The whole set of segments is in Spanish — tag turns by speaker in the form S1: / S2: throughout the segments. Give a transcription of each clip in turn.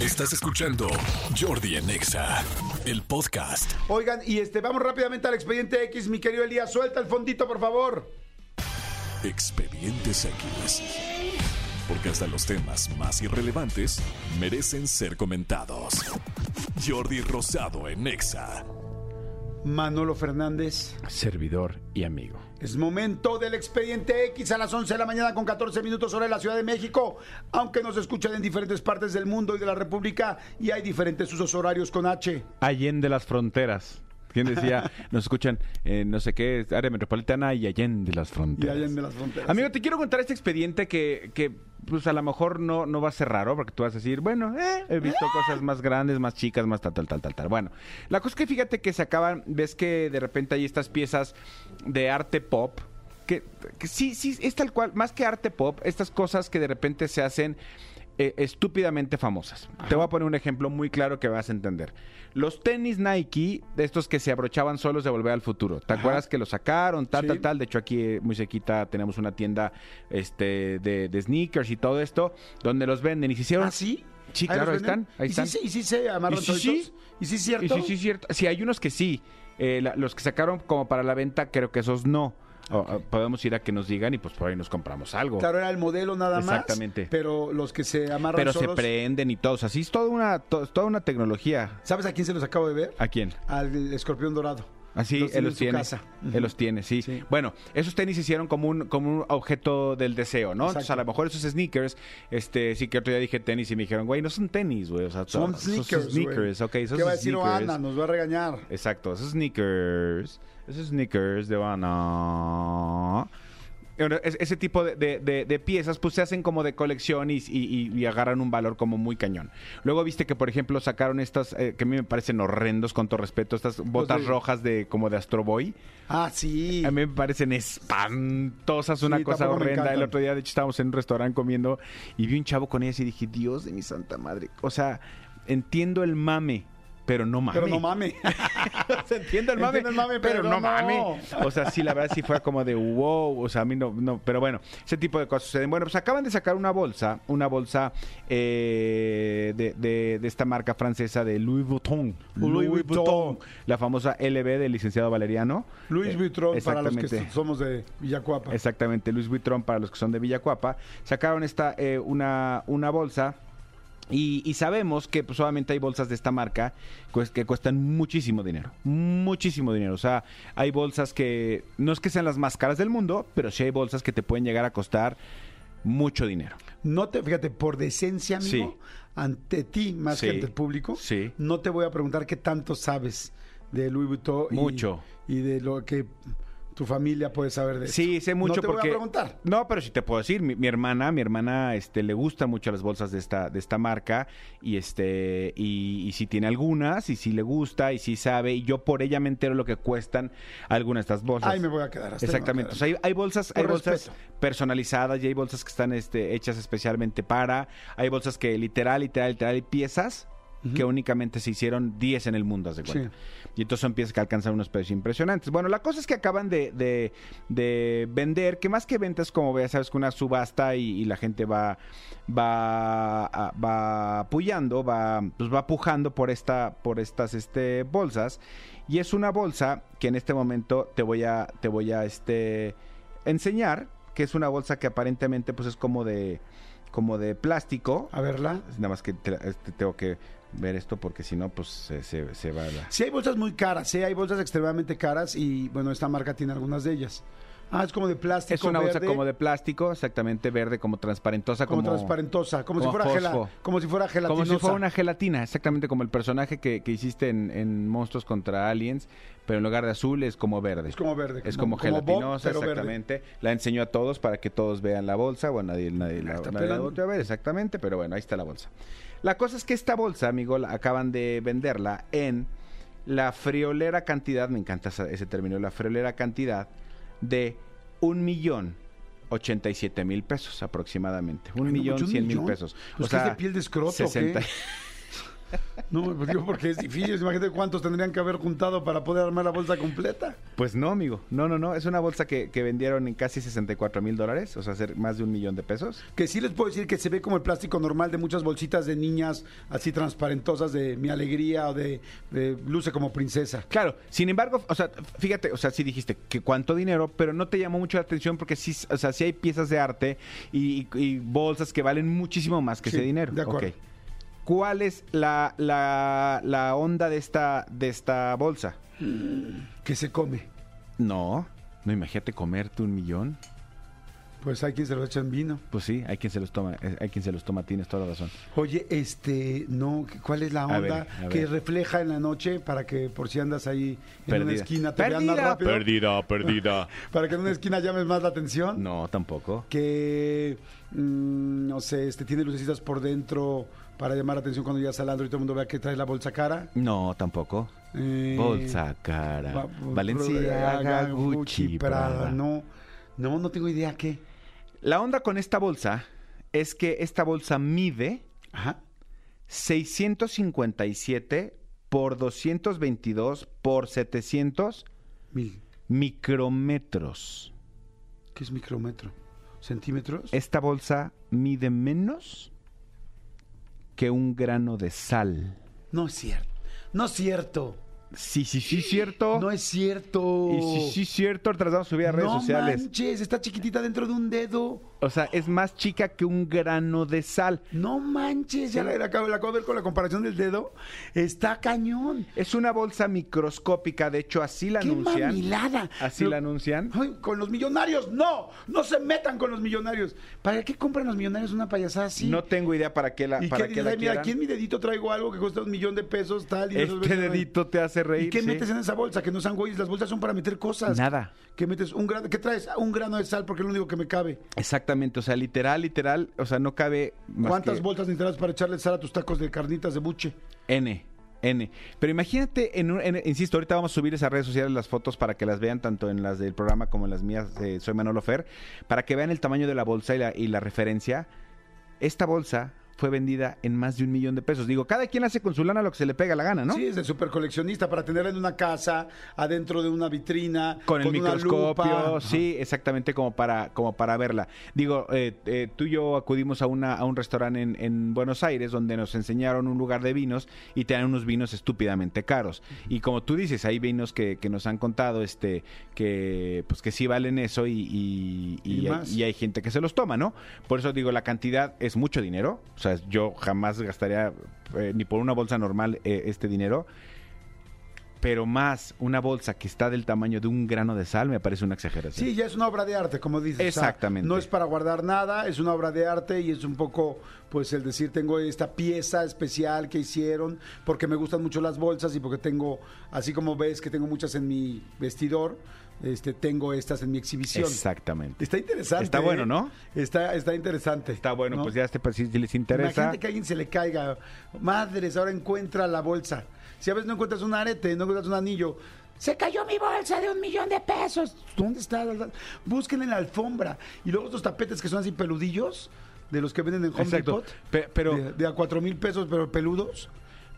S1: Estás escuchando Jordi en EXA, el podcast.
S2: Oigan, y este, vamos rápidamente al expediente X, mi querido Elías. Suelta el fondito, por favor.
S1: Expedientes X. Porque hasta los temas más irrelevantes merecen ser comentados. Jordi Rosado en EXA.
S2: Manolo Fernández.
S3: servidor y amigo.
S2: Es momento del expediente X a las 11 de la mañana con 14 minutos hora de la Ciudad de México, aunque nos escuchan en diferentes partes del mundo y de la República y hay diferentes usos horarios con H.
S3: Allende las fronteras. ¿Quién decía? Nos escuchan en no sé qué área metropolitana y allende las
S2: Y
S3: fronteras.
S2: allende las fronteras.
S3: Amigo, te quiero contar este expediente que, que, pues a lo mejor no, no va a ser raro, porque tú vas a decir, bueno, eh, he visto cosas más grandes, más chicas, más tal, tal, tal, tal, tal. Bueno, la cosa es que fíjate que se acaban, ves que de repente hay estas piezas de arte pop, que, que sí, sí, es tal cual, más que arte pop, estas cosas que de repente se hacen eh, estúpidamente famosas. Te voy a poner un ejemplo muy claro que vas a entender. Los tenis Nike, de estos que se abrochaban solos de Volver al Futuro. ¿Te acuerdas que los sacaron, tal,
S2: Sí.
S3: tal, tal? De hecho, aquí eh, muy cerquita tenemos una tienda este, de, de sneakers y todo esto, donde los venden y se hicieron...
S2: ¿Ah, sí?
S3: Sí,
S2: Ahí
S3: claro,
S2: los
S3: ahí
S2: venden.
S3: están, ahí
S2: ¿Y
S3: están.
S2: Sí, sí, ¿Y sí se amarran
S3: ¿Y sí, sí?
S2: toditos? ¿Y sí es
S3: Y
S2: cierto?
S3: sí, sí, cierto. Sí, hay unos que sí. Eh, la- los que sacaron como para la venta, creo que esos no. O- o podemos ir a que nos digan y pues por ahí nos compramos algo.
S2: Claro, era el modelo nada más.
S3: Exactamente.
S2: Pero los que se amarran
S3: Pero se
S2: solos-
S3: prenden y todo. O sea, sí es toda una, to- es toda una tecnología.
S2: ¿Sabes a quién se los acabo de ver?
S3: ¿A quién?
S2: Al escorpión dorado.
S3: Así Ah, él los tiene.
S2: En su casa.
S3: Él los tiene, sí.
S2: Sí.
S3: Bueno, esos tenis se hicieron como un, como un objeto del deseo, ¿no? Entonces,
S2: Exacto.
S3: a lo mejor esos sneakers, este, sí que otro día dije tenis y me dijeron, güey, no son tenis, güey. O sea,
S2: Son
S3: esos
S2: sneakers. güey.
S3: sneakers, ok, esos
S2: ¿Qué va a decir
S3: sneakers.
S2: Ana? Nos va a regañar.
S3: Exacto, esos sneakers. Esos sneakers de Habana. Bueno, es- Ese tipo de, de- de- de piezas pues se hacen como de colección y, y- y- y agarran un valor como muy cañón. Luego viste que, por ejemplo, sacaron estas, eh, que a mí me parecen horrendos con todo respeto, estas botas
S2: de-
S3: rojas de como de Astro Boy.
S2: Ah, sí.
S3: A mí me parecen espantosas, una
S2: Sí,
S3: cosa
S2: tampoco me
S3: horrenda. El
S2: encantan.
S3: otro día, de hecho, estábamos en un restaurante comiendo y vi un chavo con ellas y dije, Dios de mi santa madre. O sea, entiendo el mame, pero no mame.
S2: Pero no mames.
S3: Entiendo el mame,
S2: Entiendo el mame, pero
S3: pero,
S2: no.
S3: no, mame. O sea, sí, la verdad sí fue como de wow. O sea, a mí no, no, pero bueno, ese tipo de cosas suceden. Bueno, pues acaban de sacar una bolsa, una bolsa eh, de, de- de esta marca francesa de Louis Vuitton.
S2: Louis Vuitton.
S3: La famosa LB del licenciado Valeriano.
S2: Luis
S3: Eh,
S2: Buitrón, para los que
S3: exactamente.
S2: so- somos de Villacuapa.
S3: Exactamente, Luis Buitrón, para los que son de Villacuapa, sacaron esta eh, una, una bolsa. Y, y sabemos que pues, obviamente hay bolsas de esta marca pues, que cuestan muchísimo dinero, muchísimo dinero. O sea, hay bolsas que no es que sean las más caras del mundo, pero sí hay bolsas que te pueden llegar a costar mucho dinero.
S2: No te, fíjate, por decencia, amigo,
S3: Sí.
S2: ante ti más
S3: Sí.
S2: que ante el público,
S3: Sí.
S2: no te voy a preguntar qué tanto sabes de Louis Vuitton. y-
S3: Mucho.
S2: Y, de lo que tu familia puede saber de esto.
S3: Sí, sé mucho
S2: No te
S3: porque
S2: voy a preguntar.
S3: No, pero sí te puedo decir, mi, mi hermana, mi hermana este le gusta mucho las bolsas de esta de esta marca y este y, y sí tiene algunas y sí le gusta y sí sabe y yo por ella me entero lo que cuestan algunas de estas bolsas.
S2: Ahí me voy a quedar. hasta ahí me voy a
S3: Exactamente. O sea,
S2: quedar.
S3: hay, hay bolsas,
S2: Por
S3: hay bolsas
S2: respeto.
S3: personalizadas y hay bolsas que están este, hechas especialmente para. Hay bolsas que literal, literal, literal, hay piezas que únicamente se hicieron 10 en el mundo, haz de cuenta. Y entonces son piezas que alcanzan unos precios impresionantes. Bueno, la cosa es que acaban de, de- de vender, que más que ventas, como ya sabes, que una subasta y, y la gente va va a- va apoyando, va pues va pujando por esta por estas este bolsas y es una bolsa que en este momento te voy a te voy a este enseñar, que es una bolsa que aparentemente pues es como de como de plástico.
S2: A verla.
S3: Nada más que te- este, tengo que ver esto porque si no pues se, se- se va la
S2: Sí, hay bolsas muy caras, sí, hay bolsas extremadamente caras y bueno, esta marca tiene algunas de ellas. Ah, es como de plástico.
S3: Es una bolsa
S2: verde,
S3: como de plástico, exactamente verde, como transparentosa,
S2: como,
S3: como,
S2: transparentosa, como, si
S3: como
S2: fuera
S3: fosfo.
S2: gela- como si fuera
S3: Como si
S2: gelatinosa.
S3: fuera una gelatina, exactamente como el personaje que, que hiciste en, en Monstruos contra Aliens, pero en lugar de azul es como verde.
S2: Es como verde,
S3: Es como,
S2: como- como Bob,
S3: gelatinosa,
S2: pero verde.
S3: exactamente. La enseñó a todos para que todos vean la bolsa. Bueno, nadie, nadie la,
S2: Ah, está
S3: nadie la
S2: pelando.
S3: volteó a ver, exactamente, pero bueno, ahí está la bolsa. La cosa es que esta bolsa, amigo, la- acaban de venderla en la friolera cantidad, me encanta esa- ese término, la friolera cantidad de un millón. 87 mil pesos aproximadamente. Un
S2: Ay, no,
S3: millón
S2: mucho, un
S3: cien mil
S2: millón.
S3: pesos.
S2: Pues, ¿qué es de piel de escroto o qué? No, pues digo porque es difícil. Imagínate cuántos tendrían que haber juntado para poder armar la bolsa completa.
S3: Pues no, amigo. No, no, no. Es una bolsa que, que vendieron en casi 64 mil dólares, o sea, hacer más de un millón de pesos.
S2: Que sí les puedo decir que se ve como el plástico normal de muchas bolsitas de niñas así transparentosas de mi alegría o de, de luce como princesa.
S3: Claro, sin embargo, o sea, fíjate, o sea, sí dijiste que cuánto dinero, pero no te llamó mucho la atención porque sí, o sea, sí hay piezas de arte y, y bolsas que valen muchísimo más que
S2: Sí,
S3: ese dinero.
S2: de acuerdo.
S3: Ok. ¿Cuál es la, la- la onda de esta, de esta bolsa?
S2: Que se come.
S3: No, no imagínate comerte un millón.
S2: Pues hay quien se lo echa en vino.
S3: Pues sí, hay quien se los toma, eh, hay quien se los toma, tienes toda la razón.
S2: Oye, este, no, ¿cuál es la
S3: A ver,
S2: onda
S3: a ver.
S2: que refleja en la noche para que por si andas ahí en una
S3: Perdida.
S2: esquina te vean
S3: Perdida,
S2: más rápido?
S1: Perdida, perdida.
S2: Para que en una esquina llames más la atención.
S3: No, tampoco.
S2: Que, mm, no sé, este, tiene lucecitas por dentro para llamar la atención cuando llegas al andro y todo el mundo vea que traes la bolsa cara.
S3: No, tampoco.
S2: Eh,
S3: Bolsa cara.
S2: va-
S3: Valenciaga, Gucci, Prada.
S2: No, no, no tengo idea qué.
S3: La onda con esta bolsa es que esta bolsa mide
S2: Ajá.
S3: 657 por 222 por 700
S2: Mil.
S3: micrometros.
S2: ¿Qué es micrómetro? ¿Centímetros?
S3: Esta bolsa mide menos que un grano de sal.
S2: No es cierto. No es cierto.
S3: Sí, sí, sí, cierto.
S2: No es cierto.
S3: Y sí, sí, cierto. Ahorita las vamos a subir a redes
S2: no
S3: sociales.
S2: manches, está chiquitita dentro de un dedo.
S3: O sea, es más chica que un grano de sal.
S2: No manches, ya la, la acabo, la acabo de ver con la comparación del dedo. Está cañón.
S3: Es una bolsa microscópica, de hecho así la
S2: ¡Qué Ah,
S3: anuncian.
S2: mamilada!
S3: Así
S2: Pero-
S3: la anuncian.
S2: Ay, con los millonarios, no, no se metan con los millonarios. ¿Para qué compran los millonarios una payasada así?
S3: No tengo idea para qué la,
S2: y
S3: para
S2: que
S3: qué
S2: dices,
S3: la
S2: "Ay, mira,
S3: quieran.
S2: aquí en mi dedito traigo algo que cuesta un millón de pesos, tal. Y esos
S3: Este
S2: veces-
S3: dedito te hace reír.
S2: ¿Y qué
S3: sí.
S2: metes en esa bolsa? Que no sean güeyes, las bolsas son para meter cosas.
S3: Nada.
S2: ¿Qué metes? Un grano, ¿Qué traes? Un grano de sal porque es lo único que me cabe.
S3: Exactamente, o sea, literal, literal, o sea, no cabe más
S2: ¿Cuántas
S3: que
S2: bolsas necesitarás para echarle sal a tus tacos de carnitas de buche?
S3: N, N. Pero imagínate, en un- en- insisto, ahorita vamos a subir esas redes sociales las fotos para que las vean, tanto en las del programa como en las mías, eh, soy Manolo Fer, para que vean el tamaño de la bolsa y la, y la referencia. Esta bolsa fue vendida en más de un millón de pesos. Digo, cada quien hace con su lana lo que se le pega la gana, ¿no?
S2: Sí, es de super coleccionista para tenerla en una casa, adentro de una vitrina,
S3: con el
S2: una
S3: microscopio,
S2: lupa.
S3: sí, exactamente como para como para verla. Digo, eh, eh, tú y yo acudimos a una a un restaurante en, en Buenos Aires donde nos enseñaron un lugar de vinos y tenían unos vinos estúpidamente caros. Y como tú dices, hay vinos que, que nos han contado este que pues que sí valen eso y, y- y
S2: Y
S3: hay,
S2: más.
S3: y hay gente que se los toma, ¿no? Por eso digo, la cantidad es mucho dinero. O sea, yo jamás gastaría eh, ni por una bolsa normal eh, este dinero pero más una bolsa que está del tamaño de un grano de sal me parece una exageración.
S2: Sí, ya es una obra de arte, como dices. O sea,
S3: Exactamente.
S2: no es para guardar nada, es una obra de arte y es un poco, pues, el decir, tengo esta pieza especial que hicieron porque me gustan mucho las bolsas y porque tengo, así como ves que tengo muchas en mi vestidor, este, tengo estas en mi exhibición.
S3: Exactamente.
S2: Está interesante.
S3: Está bueno,
S2: ¿eh?
S3: ¿no?
S2: Está, está interesante.
S3: Está bueno,
S2: ¿no?
S3: pues ya este, pues, si les interesa.
S2: Imagínate que a alguien se le caiga. Madres, ahora encuentra la bolsa. Si a veces no encuentras un arete, no encuentras un anillo. Se cayó mi bolsa de un millón de pesos. ¿Dónde está? Busquen en la alfombra. Y luego estos tapetes que son así peludillos, de los que venden en Home
S3: Exacto.
S2: Depot.
S3: Pe- Pero,
S2: de, de a cuatro mil pesos, pero peludos.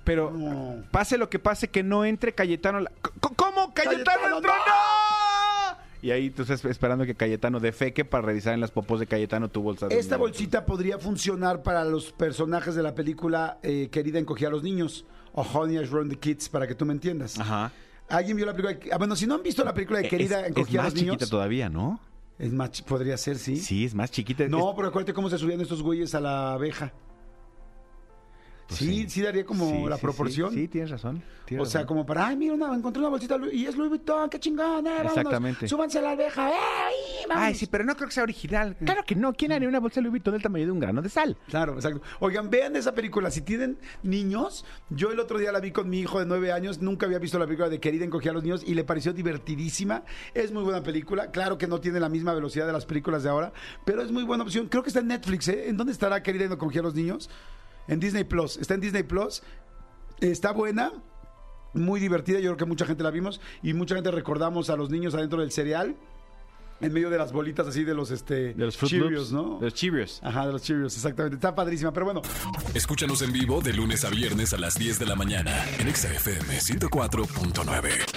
S3: pero
S2: No.
S3: pase lo que pase, que no entre Cayetano. la- C- ¿Cómo Cayetano
S2: ¡Cayetano, no!
S3: entró? ¡No! Y ahí tú estás esperando que Cayetano defeque para revisar en las popos de Cayetano tu bolsa. de
S2: Esta
S3: dinero.
S2: bolsita podría funcionar para los personajes de la película eh, Querida Encogía a los Niños o Honey, I Run the Kids, para que tú me entiendas.
S3: Ajá.
S2: ¿Alguien vio la película? de- ah, bueno, si no han visto la película de Querida
S3: Eh, es, es
S2: Encogía a
S3: más
S2: los Niños.
S3: chiquita todavía, ¿no?
S2: Es más, chi- podría ser, sí.
S3: Sí, es más chiquita.
S2: No,
S3: Es-
S2: pero acuérdate cómo se subían estos güeyes a la abeja.
S3: Pues
S2: sí, sí,
S3: sí.
S2: daría como
S3: Sí,
S2: la
S3: sí, sí.
S2: proporción.
S3: Sí, tienes razón. tienes
S2: o sea,
S3: razón.
S2: como para, ay, mira, una, encontré una bolsita Lu- y es Louis Vuitton, qué chingón, eh, vámonos,
S3: Exactamente.
S2: súbanse a la abeja, eh, ahí, vamos.
S3: Ay, sí, pero no creo que sea original. Claro que no. ¿Quién haría una bolsa de Louis Vuitton del tamaño de un grano de sal?
S2: Claro, exacto. Oigan, vean esa película. Si tienen niños, yo el otro día la vi con mi hijo de nueve años. Nunca había visto la película de Querida Encogía a los Niños y le pareció divertidísima. Es muy buena película. Claro que no tiene la misma velocidad de las películas de ahora, pero es muy buena opción. Creo que está en Netflix. ¿eh? ¿En dónde estará Querida Encogía a los Niños? En Disney Plus. Está en Disney Plus. Está buena. Muy divertida, yo creo que mucha gente la vimos y mucha gente recordamos a los niños adentro del cereal en medio de las bolitas así de los este
S3: De los Fruit
S2: Cheerios,
S3: Loops,
S2: ¿no?
S3: de los Cheerios.
S2: Ajá, de los Cheerios, exactamente. Está padrísima, pero bueno,
S1: Escúchanos en vivo de lunes a viernes a las 10 de la mañana en Exa FM 104.9.